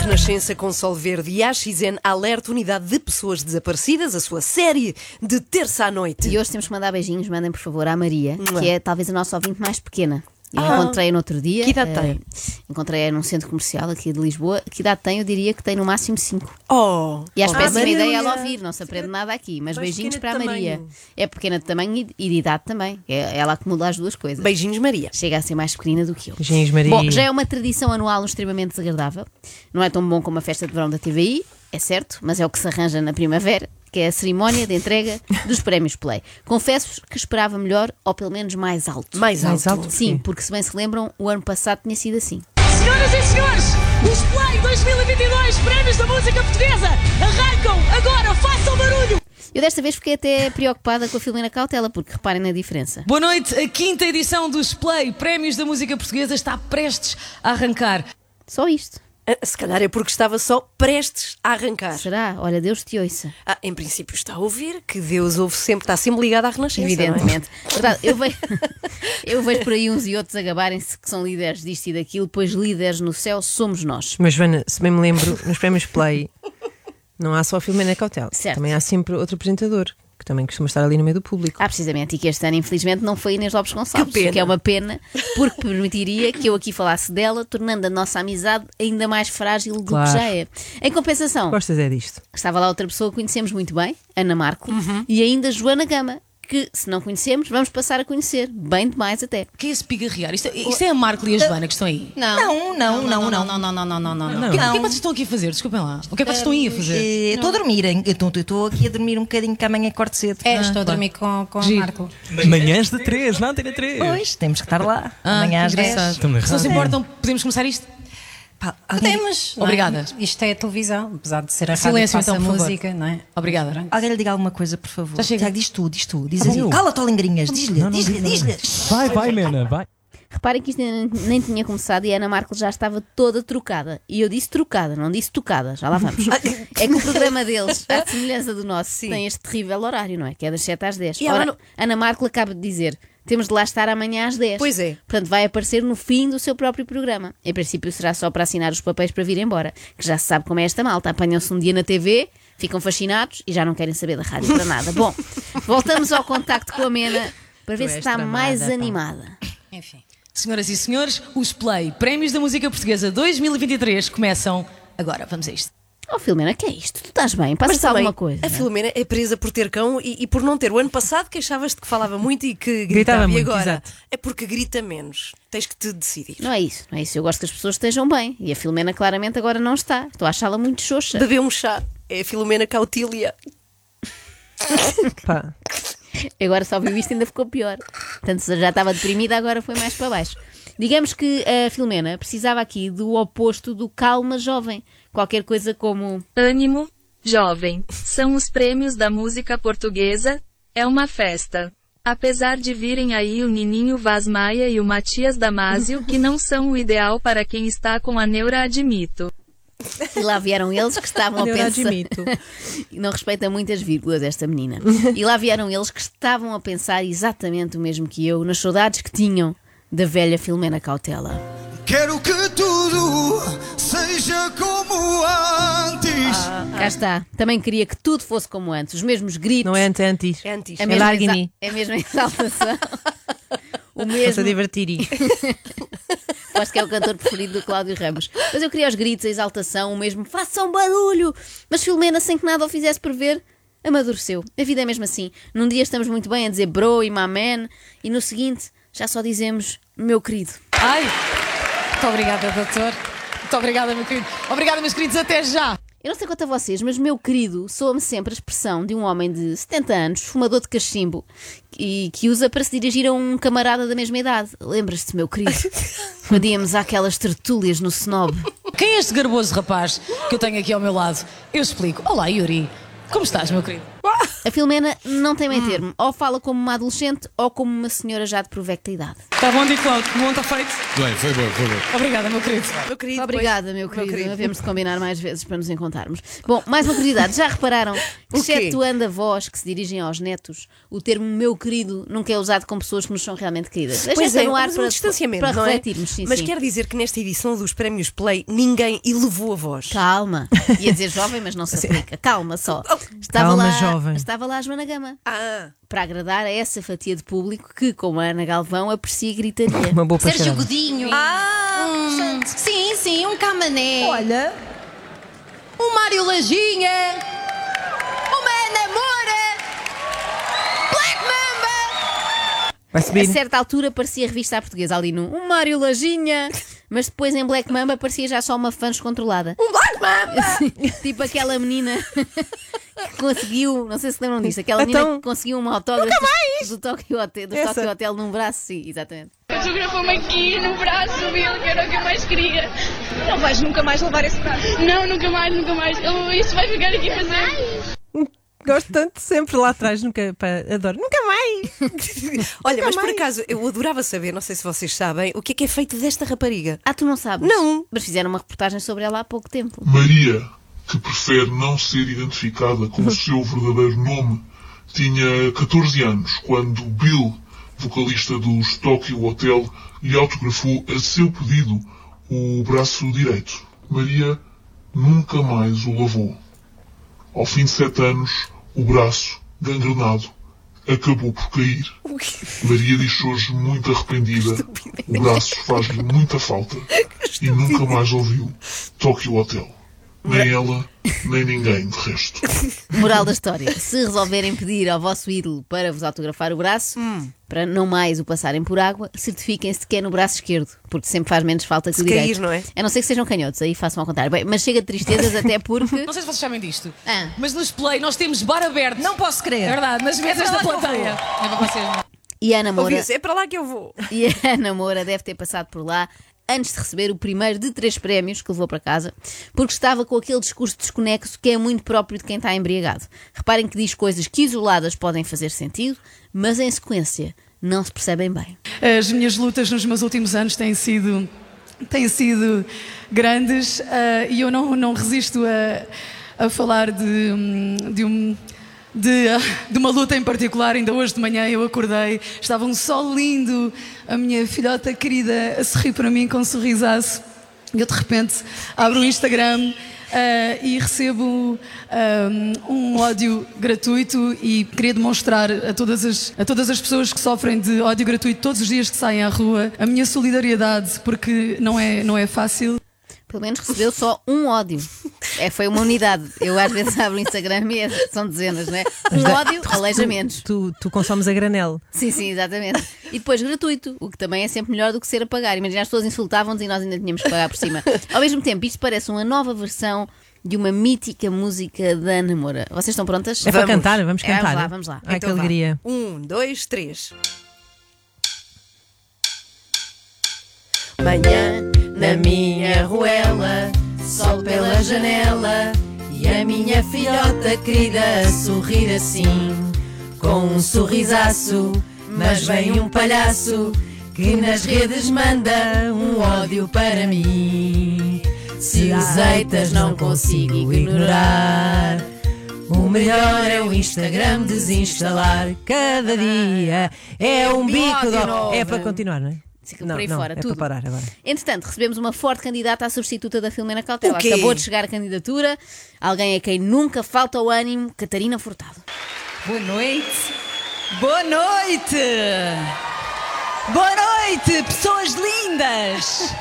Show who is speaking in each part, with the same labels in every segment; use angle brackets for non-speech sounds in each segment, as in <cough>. Speaker 1: Renascença com Sol Verde e AXN alerta unidade de pessoas desaparecidas, a sua série de terça à noite.
Speaker 2: E hoje temos que mandar beijinhos, mandem por favor à Maria,
Speaker 1: Mua.
Speaker 2: que é talvez a nossa ouvinte mais pequena. Eu
Speaker 1: Ah.
Speaker 2: encontrei-a no outro dia.
Speaker 1: Que idade
Speaker 2: eh,
Speaker 1: tem?
Speaker 2: Encontrei-a num centro comercial aqui de Lisboa. Que idade tem? Eu diria que tem no máximo 5.
Speaker 1: Oh,
Speaker 2: E acho
Speaker 1: oh,
Speaker 2: péssima
Speaker 1: Maria.
Speaker 2: ideia é ela ouvir, não se aprende nada aqui. Mas
Speaker 3: Mas
Speaker 2: beijinhos para
Speaker 3: pequena
Speaker 2: a
Speaker 3: de
Speaker 2: Maria.
Speaker 3: tamanho.
Speaker 2: É pequena de tamanho e e de idade também. É- Ela acumula as duas coisas.
Speaker 1: Beijinhos, Maria.
Speaker 2: Chega a ser mais pequenina do que eu.
Speaker 3: Beijinhos, Maria.
Speaker 2: Bom, já é uma tradição anual extremamente desagradável. Não é tão bom como a festa de verão da TVI, é certo, mas é o que se arranja na primavera, que é a cerimónia de entrega dos prémios Play. Confesso-vos que esperava melhor, ou pelo menos mais alto.
Speaker 1: Mais alto.
Speaker 2: Sim, porque se bem se lembram, o ano passado tinha sido assim.
Speaker 4: Senhoras e senhores, os Play 2022 Prémios da Música Portuguesa arrancam agora, façam barulho!
Speaker 2: Eu desta vez fiquei até preocupada com a Filomena Cautela, porque reparem na diferença.
Speaker 3: Boa noite, a quinta edição dos Play Prémios da Música Portuguesa está prestes a arrancar.
Speaker 2: Só isto.
Speaker 1: Ah, Se calhar é porque estava só prestes a arrancar.
Speaker 2: Será? Olha, Deus te ouça.
Speaker 1: Ah, em princípio está a ouvir, que Deus ouve sempre, está sempre ligado à Renascença. não é?
Speaker 2: Evidentemente. Verdade, eu, vejo, <laughs> eu vejo por aí uns e outros agabarem-se que são líderes disto e daquilo, pois líderes no céu somos nós.
Speaker 5: Mas, Joana, se bem me lembro, nos prémios Play não há só a Filomena Cautela.
Speaker 2: Certo.
Speaker 5: Também há sempre outro apresentador, que também costuma estar ali no meio do público.
Speaker 2: Ah, precisamente, e que este ano, infelizmente, não foi Inês Lopes Gonçalves,
Speaker 1: Que pena.
Speaker 2: o que é uma pena, porque permitiria que eu aqui falasse dela, tornando a nossa amizade ainda mais frágil do
Speaker 5: Claro.
Speaker 2: que já é. Em compensação,
Speaker 5: Gostas é disto?
Speaker 2: estava lá outra pessoa que conhecemos muito bem, Ana Marco,
Speaker 1: Uhum.
Speaker 2: e ainda Joana Gama, que, se não conhecemos, vamos passar a conhecer, bem demais até.
Speaker 3: Quem é se pigarrear? Isto, isto é a Marco e a Joana que estão aí.
Speaker 6: Não, não, não, não, não, não, não, não, não, não.
Speaker 5: Não.
Speaker 3: O que, o que é que vocês estão aqui a fazer? Desculpem lá. O que é que vocês estão aí a fazer?
Speaker 6: Eh, Estou a dormir, hein? Eu estou- eu estou aqui a dormir um bocadinho que amanhã corte cedo.
Speaker 7: É, estou a dormir com, com o
Speaker 3: Giro.
Speaker 7: Marco.
Speaker 8: Manhãs de 3, não Antena 3.
Speaker 6: Pois, temos que estar lá.
Speaker 3: Ah,
Speaker 6: amanhã às
Speaker 3: que
Speaker 6: 10.
Speaker 3: engraçado.
Speaker 8: Estão na
Speaker 3: Se não se
Speaker 8: rádio.
Speaker 3: importam, podemos começar isto?
Speaker 6: Pá, alguém,
Speaker 7: Temos. não é?
Speaker 3: Obrigada.
Speaker 7: Isto é a televisão, apesar de ser a
Speaker 3: Silêncio,
Speaker 7: rádio que passa
Speaker 3: então, por favor.
Speaker 7: música, não é?
Speaker 3: Obrigada.
Speaker 6: alguém lhe diga alguma coisa, por favor.
Speaker 3: Já chega.
Speaker 6: Tiago, diz tu, diz tu. Diz
Speaker 8: Ah,
Speaker 6: assim.
Speaker 8: eu?
Speaker 6: Cala, tolingrinhas. Diz-lhe,
Speaker 8: Não, não,
Speaker 6: diz-lhe,
Speaker 8: diga, não.
Speaker 6: diz-lhe. é
Speaker 8: Vai, vai, Mena, vai.
Speaker 2: Reparem que isto ainda nem- nem tinha começado e a Ana Marco já estava toda trocada. E eu disse trocada, não disse tocada, já
Speaker 1: <laughs>
Speaker 2: lá
Speaker 1: Ah,
Speaker 2: vamos. é que o programa deles, à semelhança do nosso, tem este terrível horário, não é? Que é das 7 às 10.
Speaker 1: E ela
Speaker 2: Ora,
Speaker 1: não-
Speaker 2: Ana Marco acaba de dizer. Temos de lá estar amanhã às 10.
Speaker 1: Pois é.
Speaker 2: Portanto, vai aparecer no fim do seu próprio programa. Em princípio, será só para assinar os papéis para vir embora. Que já se sabe como é esta malta. Apanham-se um dia na TV, ficam fascinados e já não querem saber da rádio para nada. Bom, voltamos ao contacto com a Mena para ver se
Speaker 5: és
Speaker 2: está
Speaker 5: tramada,
Speaker 2: mais
Speaker 5: pá.
Speaker 2: animada.
Speaker 7: Enfim.
Speaker 3: Senhoras e senhores, os Play Prémios da Música Portuguesa 2023 começam agora. Vamos a isto.
Speaker 2: Oh, Filomena, que é isto? Tu estás bem?
Speaker 1: Mas
Speaker 2: Passa-te
Speaker 1: também,
Speaker 2: alguma coisa?
Speaker 1: a Filomena é presa por ter cão e, e por não ter. O ano passado queixavas-te que falava muito e que gritava.
Speaker 5: Gritava
Speaker 1: e
Speaker 5: muito,
Speaker 1: agora
Speaker 5: exato.
Speaker 1: é porque grita menos. Tens que te decidir.
Speaker 2: Não é isso, não é isso. Eu gosto que as pessoas estejam bem. E a Filomena claramente agora não está. Estou a achá-la muito xoxa.
Speaker 1: Beber um chá. É a Filomena Cautília.
Speaker 5: Pá,
Speaker 2: Eu Agora só viu isto e ainda ficou pior. Portanto, se já estava deprimida, agora foi mais para baixo. Digamos que a Filomena precisava aqui do oposto do calma jovem. Qualquer coisa como.
Speaker 9: Ânimo, jovem, são os prêmios da música portuguesa, é uma festa. Apesar de virem aí o Nininho Vaz Maia e o Matias Damasio, que não são o ideal para quem está com a neura, admito.
Speaker 2: E lá vieram eles que estavam a
Speaker 5: Eu
Speaker 2: pensar.
Speaker 5: admito.
Speaker 2: <laughs> E não respeita muitas vírgulas esta menina. E lá vieram eles que estavam a pensar exatamente o mesmo que eu, nas saudades que tinham da velha Filomena Cautela.
Speaker 10: Quero que tudo seja como antes.
Speaker 8: Ah.
Speaker 2: Cá está. Tá, Também queria que tudo fosse como antes. Os mesmos gritos.
Speaker 5: não é ante antes.
Speaker 1: É antes.
Speaker 2: a
Speaker 5: É
Speaker 2: mesma exa-
Speaker 5: larguini.
Speaker 2: É a mesma
Speaker 5: <laughs>
Speaker 2: exaltação. o
Speaker 5: Estás a
Speaker 2: mesmo.
Speaker 5: divertir.
Speaker 11: <laughs>
Speaker 2: Acho que é o cantor preferido do Cláudio Ramos. Mas eu queria os gritos, a exaltação, o mesmo. Façam barulho! Mas Filomena, sem que nada o fizesse prever, amadureceu. A vida é mesmo assim. Num dia estamos muito bem a dizer bro e my man, e no seguinte já só dizemos meu querido.
Speaker 3: Ai! Muito obrigada, doutor. Muito obrigada, meu querido. Obrigada, meus queridos. Até já.
Speaker 2: Eu não sei quanto a vocês, mas meu querido soa-me sempre a expressão de um homem de 70 anos, fumador de cachimbo, e que usa para se dirigir a um camarada da mesma idade. Lembras-te, meu querido? Quando íamos àquelas tertúlias no snob.
Speaker 3: Quem é este garboso rapaz que eu tenho aqui ao meu lado? Eu explico. Olá, Yuri. Como estás, meu querido?
Speaker 2: A Filomena não tem meio termo. Ou fala como uma adolescente ou como uma senhora já de provecta idade.
Speaker 12: Está Tá bom, Di Cláudio? Bom, está feito.
Speaker 13: Bem, foi bom, foi bom.
Speaker 12: Obrigada, meu querido.
Speaker 1: Meu querido,
Speaker 2: Obrigada, meu querido. Havemos de combinar mais vezes para nos encontrarmos. Bom, mais uma curiosidade. Já repararam
Speaker 1: <laughs>
Speaker 2: que,
Speaker 1: O quê?
Speaker 2: excetuando avós que se dirigem aos netos, o termo meu querido nunca é usado com pessoas que nos são realmente queridas. Deixa
Speaker 1: Pois
Speaker 2: esta
Speaker 1: é,
Speaker 2: no ar
Speaker 1: mas um
Speaker 2: para,
Speaker 1: distanciamento,
Speaker 2: para
Speaker 1: não é?
Speaker 2: refletirmos. Sim,
Speaker 1: mas
Speaker 2: sim.
Speaker 1: quer dizer que nesta edição dos Prémios Play ninguém elevou a voz.
Speaker 2: Calma. Ia dizer jovem, mas
Speaker 1: <laughs>
Speaker 2: não se aplica. Calma só. Estava
Speaker 5: Calma,
Speaker 2: lá,
Speaker 5: jovem.
Speaker 2: Estava lá a Joana Gama.
Speaker 1: Ah,
Speaker 2: Para agradar a essa fatia de público que, como a Ana Galvão, aprecia gritaria.
Speaker 5: Uma boa
Speaker 11: Sérgio
Speaker 5: paixão.
Speaker 11: Godinho. Ah, Sim, sim, um Camané. Olha. Um Mário Lajinha. Uma Ana Moura. Black Mamba. é-
Speaker 5: Vai
Speaker 2: A
Speaker 5: subir.
Speaker 2: certa altura parecia a revista à portuguesa ali no um Mário Lajinha, mas depois em Black Mamba parecia já só uma fã descontrolada. Um <laughs> Black Mamba! tipo aquela menina <laughs> que conseguiu, não sei se lembram disso, aquela menina
Speaker 5: Então,
Speaker 2: que conseguiu uma autógrafo do, do Tokyo Hotel, do
Speaker 5: Essa.
Speaker 2: Tokyo Hotel num braço, sim, exatamente.
Speaker 14: Fotografou-me aqui no braço dele, que era o que eu mais queria. Não vais nunca mais levar esse braço? Não, nunca mais, nunca mais. Eu- isso vai ficar aqui para sempre.
Speaker 5: Gosto tanto sempre lá atrás, nunca. pá, adoro. Nunca mais!
Speaker 11: <laughs>
Speaker 1: olha, mas por acaso eu adorava saber, não sei se vocês sabem, o que é que é feito desta rapariga.
Speaker 2: Ah, tu não sabes?
Speaker 1: Não.
Speaker 2: Mas fizeram uma reportagem sobre ela há pouco tempo.
Speaker 15: Maria, que prefere não ser identificada com o seu verdadeiro nome, tinha 14 anos quando Bill, vocalista dos Tokyo Hotel, lhe autografou a seu pedido o braço direito. Maria nunca mais o lavou. Ao fim de sete anos, o braço, gangrenado, acabou por cair. Maria diz hoje muito arrependida. O braço faz-lhe muita falta e nunca mais ouviu Tokyo Hotel. Nem ela, nem ninguém, de resto.
Speaker 2: Moral da história: se resolverem pedir ao vosso ídolo para vos autografar o braço,
Speaker 1: Hum.
Speaker 2: para não mais o passarem por água, certifiquem-se de que é no braço esquerdo, porque sempre faz menos falta que
Speaker 1: Se
Speaker 2: o direito.
Speaker 1: cair, não é?
Speaker 2: A não ser que sejam canhotos, aí façam ao contrário. Bem, mas chega de tristezas, até
Speaker 1: <laughs>
Speaker 2: porque.
Speaker 12: Não sei se vocês sabem disto,
Speaker 2: Ah.
Speaker 12: mas nos Play nós temos bar aberto.
Speaker 6: Não posso
Speaker 12: É
Speaker 6: crer. Então
Speaker 12: verdade, nas mesas da plateia. É para vocês, não.
Speaker 2: E a Ana Moura,
Speaker 1: Ouviu-se? É para lá que eu vou.
Speaker 2: e a Ana Moura deve ter passado por lá antes de receber o primeiro de três prémios que levou para casa, porque estava com aquele discurso desconexo que é muito próprio de quem está embriagado. Reparem que diz coisas que isoladas podem fazer sentido, mas em sequência não se percebem bem.
Speaker 12: As minhas lutas nos meus últimos anos têm sido, têm sido grandes ah, e eu não, não resisto a, a falar de, hum, de, um- de, <laughs> ah, de uma luta em particular. Ainda hoje de manhã eu acordei, estava um sol lindo, a minha filhota querida a sorrir para mim com um sorrisaço. E eu de repente abro o Instagram ah, e recebo ah, um ódio gratuito e queria demonstrar a todas, as, a todas as pessoas que sofrem de ódio gratuito todos os dias que saem à rua a minha solidariedade, porque não é, não é fácil.
Speaker 2: Pelo menos recebeu só um ódio. É, foi uma unidade. Eu às vezes abro o Instagram e é- são dezenas, não é? Um ódio, aleijamentos.
Speaker 5: Tu, tu consomes a granel.
Speaker 2: Sim, sim, exatamente. E depois gratuito, o que também é sempre melhor do que ser a pagar. Imagina, as pessoas insultavam-nos e nós ainda tínhamos que pagar por cima. Ao mesmo tempo, isto parece uma nova versão de uma mítica música da Ana Moura. Vocês estão prontas?
Speaker 5: É para cantar, vamos
Speaker 2: É,
Speaker 5: cantar.
Speaker 2: Vamos lá, vamos lá.
Speaker 5: Ai,
Speaker 1: Então
Speaker 5: que
Speaker 1: vá.
Speaker 5: alegria.
Speaker 1: Um, dois, três. Manhã na minha é um ruela, sol pela janela e a minha filhota querida a sorrir assim, com um sorrisaço. Mas vem um palhaço que nas redes manda um ódio para mim. Se azeitas não consigo ignorar. O melhor é o Instagram desinstalar.
Speaker 5: Cada dia é um bico
Speaker 1: Ódio
Speaker 5: de.
Speaker 1: novo.
Speaker 5: É para continuar, não é?
Speaker 2: Fica por aí
Speaker 5: não,
Speaker 2: fora,
Speaker 5: é
Speaker 2: tudo.
Speaker 5: para parar agora.
Speaker 2: Entretanto, recebemos uma forte candidata à substituta da Filomena Cautela.
Speaker 1: O quê?
Speaker 2: Acabou de chegar a candidatura, alguém a quem nunca falta o ânimo, Catarina Furtado.
Speaker 11: Boa noite. Boa noite. Boa noite, pessoas lindas.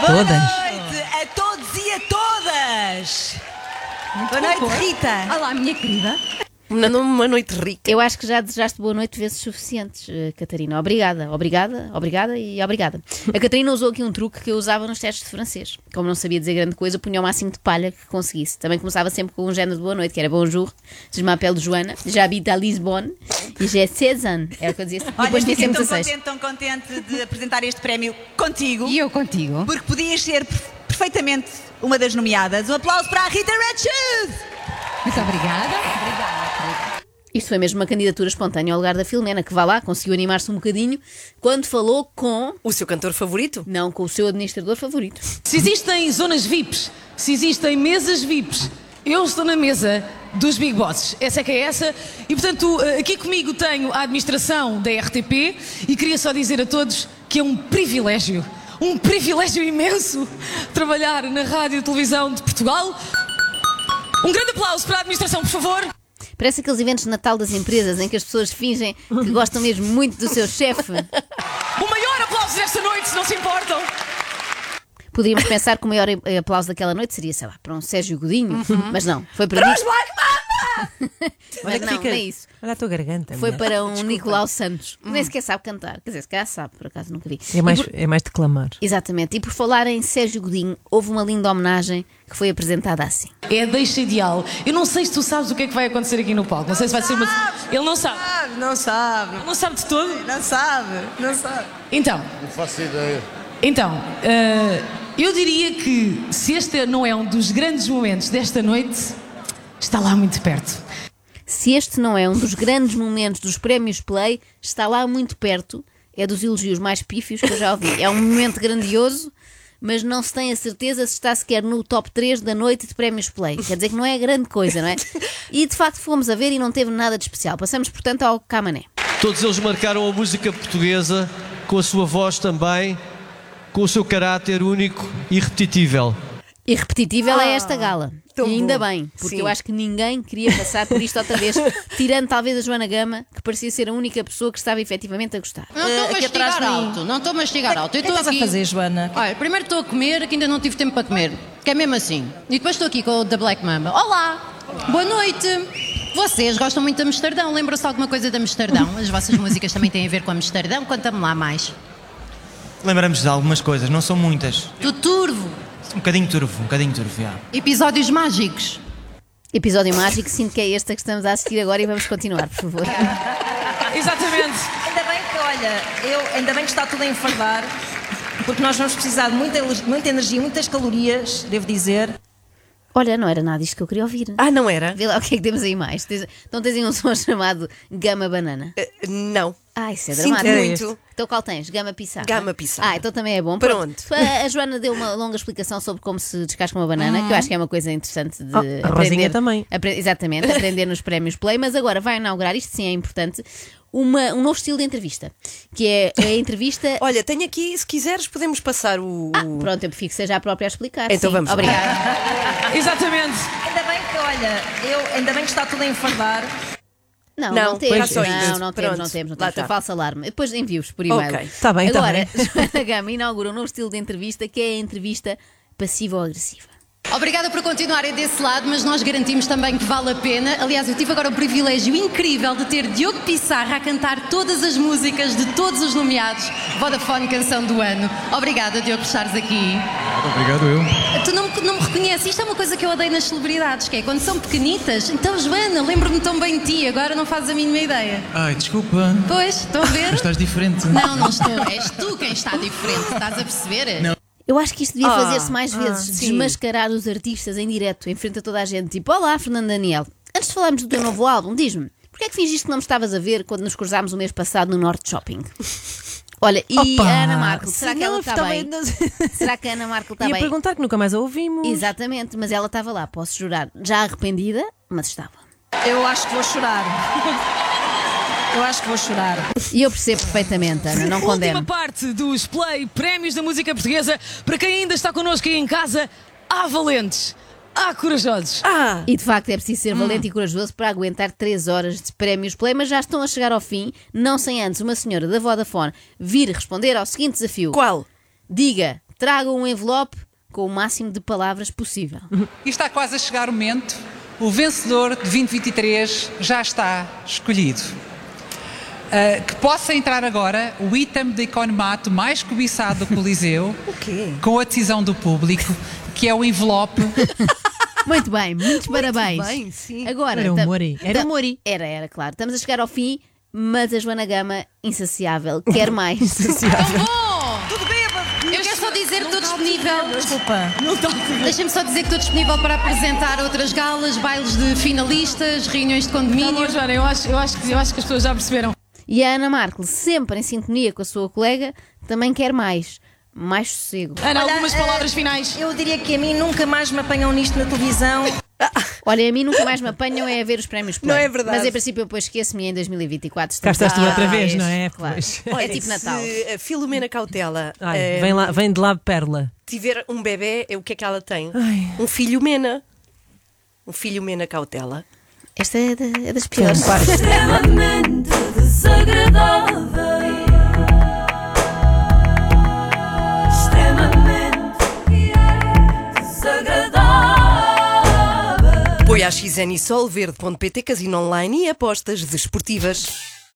Speaker 11: Boa
Speaker 5: Todas.
Speaker 11: noite a todos e a todas. Boa noite, Rita.
Speaker 12: Olá, minha querida.
Speaker 1: Mandou uma noite rica.
Speaker 2: Eu acho que já desejaste boa noite vezes suficientes, eh, Catarina. Obrigada, obrigada, obrigada e obrigada. A Catarina usou aqui um truque que eu usava nos testes de francês. Como não sabia dizer grande coisa, punha o máximo de palha que conseguisse. Também começava sempre com um género de boa noite, que era bonjour, je m'appelle Joana, já habito a Lisbonne e já é Cézanne. Era o que eu dizia.
Speaker 6: Olha,
Speaker 2: Depois tinha
Speaker 6: fiquei
Speaker 2: sempre
Speaker 6: tão
Speaker 2: 16.
Speaker 12: assim.
Speaker 6: contente, tão contente de apresentar este prémio contigo,
Speaker 11: E eu contigo.
Speaker 6: porque podias ser per- perfeitamente uma das nomeadas. Um aplauso para a Rita Redshoes!
Speaker 12: Muito obrigada.
Speaker 2: Isto foi mesmo uma candidatura espontânea ao lugar da Filomena, que vá lá, conseguiu animar-se um bocadinho quando falou com.
Speaker 16: O seu cantor favorito?
Speaker 2: Não, com o seu administrador favorito.
Speaker 12: Se existem zonas VIPs, se existem mesas VIPs, eu estou na mesa dos Big Bosses. Essa é que é essa. E portanto, eh, aqui comigo tenho a administração da RTP e queria só dizer a todos que é um privilégio, um privilégio imenso trabalhar na Rádio e Televisão de Portugal. Um grande aplauso para a administração, por favor.
Speaker 2: Parece aqueles eventos de Natal das empresas em que as pessoas fingem que gostam mesmo muito do seu chefe.
Speaker 12: O maior aplauso desta noite, se não se importam.
Speaker 2: Poderíamos pensar que o maior eh, aplauso daquela noite seria, sei lá, para um Sérgio Godinho,
Speaker 5: Uhum.
Speaker 2: mas não, foi para.
Speaker 5: Para os
Speaker 2: Nic- <laughs> Mas
Speaker 5: Olha que
Speaker 2: não,
Speaker 5: fica-
Speaker 2: não é isso.
Speaker 5: Olha a tua garganta.
Speaker 2: Foi
Speaker 5: mulher.
Speaker 2: para um Nicolau Santos. Nem sequer sabe cantar. Quer dizer, se calhar sabe, por acaso nunca vi.
Speaker 5: Hum. É mais,
Speaker 2: E por-
Speaker 5: é mais declamar.
Speaker 2: Exatamente. E por falar em Sérgio Godinho, houve uma linda homenagem que foi apresentada assim.
Speaker 12: É a deixa ideal. Eu não sei se tu sabes o que é que vai acontecer aqui no palco. Não, sei se vai ser uma. Ele não sabe. Não sabe. Não sabe de todo? Não sabe. Não sabe. Então,
Speaker 17: Não faço ideia.
Speaker 12: então, ah, eu diria que se este não é um dos grandes momentos desta noite, está lá muito perto.
Speaker 2: Se este não é um dos grandes momentos dos prémios Play, está lá muito perto. É dos elogios mais pífios que eu já ouvi. É um momento grandioso, mas não se tem a certeza se está sequer no top 3 da noite de prémios Play. Quer dizer que não é grande coisa, não é? E de facto fomos a ver e não teve nada de especial. Passamos, portanto, ao Camané.
Speaker 18: Todos eles marcaram a música portuguesa com a sua voz também, com o seu caráter único e repetível.
Speaker 2: E repetível é esta gala. E ainda bem, porque
Speaker 16: Sim.
Speaker 2: eu acho que ninguém queria passar por isto outra vez, tirando talvez a Joana Gama, que parecia ser a única pessoa que estava efetivamente a gostar.
Speaker 12: Não estou a mastigar alto, não estou a mastigar alto.
Speaker 7: O
Speaker 12: Eu
Speaker 7: que é que
Speaker 12: estou
Speaker 7: estás a
Speaker 12: aqui-
Speaker 7: fazer, Joana?
Speaker 12: Olha, primeiro estou a comer, que ainda não tive tempo para comer, que é mesmo assim. E depois estou aqui com o da Black Mamba. Olá! Boa noite! Vocês gostam muito de Amsterdão, lembram-se alguma coisa de Amsterdão? As vossas músicas também têm a ver com Amsterdão, conta-me lá mais.
Speaker 19: Lembramos de algumas coisas, não são muitas.
Speaker 12: Do Turvo,
Speaker 19: Um bocadinho turvo, um bocadinho turvo, já.
Speaker 12: episódios mágicos.
Speaker 2: Episódio mágico, sinto que é este a que estamos a assistir agora e vamos continuar, por favor.
Speaker 12: Exatamente.
Speaker 6: Ainda bem que, olha, eu, ainda bem que está tudo a enfardar, porque nós vamos precisar de muita, ele- muita energia, muitas calorias, devo dizer.
Speaker 2: Olha, não era nada isto que eu queria ouvir.
Speaker 16: Ah, não era?
Speaker 2: Vê lá o que é que temos aí mais. Tens- Não tens aí um som <laughs> chamado Gama Banana?
Speaker 1: Eh,
Speaker 16: não.
Speaker 2: Ah, isso é
Speaker 16: Eh, Sinto
Speaker 2: dramático.
Speaker 16: muito.
Speaker 2: Então qual tens? Gama Pissarra?
Speaker 16: Gama Pissarra.
Speaker 2: Ah, então também é bom.
Speaker 16: Pronto.
Speaker 2: A Joana deu uma longa explicação sobre como se descasca uma banana,
Speaker 16: Hum.
Speaker 2: que eu acho que é uma coisa interessante de
Speaker 16: Oh, a
Speaker 2: aprender.
Speaker 16: Rosinha também.
Speaker 2: apre- exatamente, aprender nos prémios Play. Mas agora vai inaugurar, isto sim é importante, uma- um novo estilo de entrevista. Que é a
Speaker 16: <laughs>
Speaker 2: entrevista...
Speaker 16: Olha, tenho aqui, se quiseres, podemos passar o... Ah,
Speaker 2: pronto, eu prefiro que seja a própria a explicar.
Speaker 16: Então
Speaker 2: sim.
Speaker 16: vamos lá.
Speaker 2: Obrigada.
Speaker 12: Exatamente.
Speaker 6: Ainda bem que, olha, eu, ainda bem que está tudo a enfardar.
Speaker 2: Não,
Speaker 6: Não,
Speaker 2: não,
Speaker 6: pois
Speaker 2: temos.
Speaker 6: é.
Speaker 2: Não,
Speaker 6: Pronto,
Speaker 2: não temos, não
Speaker 6: pronto.
Speaker 2: temos, não
Speaker 6: Lá
Speaker 2: temos. Foi
Speaker 6: está.
Speaker 2: falso alarme. Depois envio-vos por e-mail.
Speaker 16: Ok, está bem, está
Speaker 2: Agora,
Speaker 16: bem.
Speaker 2: <laughs> Joana Gama inaugura um novo estilo de entrevista que é a entrevista passiva ou agressiva.
Speaker 12: Obrigada por continuarem desse lado, mas nós garantimos também que vale a pena. Aliás, eu tive agora o privilégio incrível de ter Diogo Pissarra a cantar todas as músicas de todos os nomeados Vodafone Canção do Ano. Obrigada, Diogo, por estares aqui.
Speaker 20: Obrigado, eu.
Speaker 12: Tu não, me- não me reconheces? Isto é uma coisa que eu odeio nas celebridades, que é quando são pequenitas. Então, Joana, lembro-me tão bem de ti, agora não fazes a mínima ideia.
Speaker 20: Ai, desculpa.
Speaker 12: Pois, estou a ver?
Speaker 20: Mas estás diferente.
Speaker 12: Não, não estou. És tu quem está diferente, estás a perceber?
Speaker 20: Não.
Speaker 2: Eu acho que isto devia
Speaker 12: Ah,
Speaker 2: fazer-se mais
Speaker 12: ah,
Speaker 2: vezes,
Speaker 12: sim.
Speaker 2: desmascarar os artistas em direto, em frente a toda a gente. Tipo, olá, Fernando Daniel, antes de falarmos do teu novo álbum, diz-me, porquê é que fingiste que não me estavas a ver quando nos cruzámos o mês passado no Norte Shopping? Olha, e
Speaker 5: Opa, tá
Speaker 2: a Ana Marco, será
Speaker 5: sim,
Speaker 2: que ela
Speaker 5: ela
Speaker 2: está
Speaker 5: estava
Speaker 2: bem? <laughs> Será que a Ana Marco está
Speaker 5: Ia
Speaker 2: Tá bem?
Speaker 5: perguntar que nunca mais a ouvimos.
Speaker 2: Exatamente, mas ela estava lá, posso jurar, já arrependida, mas estava.
Speaker 6: Eu acho que vou chorar. <laughs> Eu acho que vou chorar.
Speaker 2: E eu percebo perfeitamente, Ana, não
Speaker 12: Última
Speaker 2: condeno.
Speaker 12: parte dos Play Prémios da Música Portuguesa. Para quem ainda está connosco aí em casa, há valentes, há corajosos.
Speaker 2: E de facto é preciso ser valente e corajoso para aguentar 3 horas de prémios Play, mas já estão a chegar ao fim, não sem antes uma senhora da Vodafone vir responder ao seguinte desafio:
Speaker 16: Qual?
Speaker 2: Diga, traga um envelope com o máximo de palavras possível.
Speaker 15: E está quase a chegar o momento. O vencedor de 2023 já está escolhido. Ah, que possa entrar agora o item de economato mais cobiçado do Coliseu, <laughs> com a decisão do público, que é o envelope.
Speaker 2: Muito <laughs> bem, muitos parabéns.
Speaker 16: bem,
Speaker 2: Agora,
Speaker 16: Era o
Speaker 2: tam-
Speaker 16: Mori, era
Speaker 2: tam-
Speaker 16: o Mori.
Speaker 2: Era, era, claro. Estamos a chegar ao fim, mas a Joana <laughs> Gama, insaciável, quer mais.
Speaker 12: Eu quero só dizer que todos disponível.
Speaker 6: Desculpa.
Speaker 12: Deixa-me só dizer que estou disponível para apresentar outras galas, bailes de finalistas, reuniões de condomínio. Tá
Speaker 21: Joana, eu acho, eu, acho que, eu acho que as pessoas já perceberam.
Speaker 2: E a Ana Markle, sempre em sintonia com a sua colega, também quer mais. Mais sossego.
Speaker 6: Olha, eh, Eu diria que a mim nunca mais me apanham nisto na televisão.
Speaker 2: Olha, a mim nunca mais me apanham é a ver os prémios Play.
Speaker 6: Não é verdade.
Speaker 2: Mas em princípio eu depois esqueço-me e em 2024.
Speaker 5: Cá estás tu
Speaker 2: Ah,
Speaker 5: outra vez,
Speaker 2: pois,
Speaker 5: não é?
Speaker 2: Claro.
Speaker 5: Pois.
Speaker 2: é tipo Natal.
Speaker 1: Se a Filomena Cautela
Speaker 5: Ai,
Speaker 1: eh,
Speaker 5: vem, lá, vem de lá Perla.
Speaker 1: tiver um bebê, eh, o que é que ela tem? Um filho Mena. Um filho Mena Cautela.
Speaker 2: Esta é, da- é das piores.
Speaker 9: Extremamente desagradável. Extremamente desagradável.
Speaker 1: Apoia a xnisolverde.pt, casino online e apostas desportivas.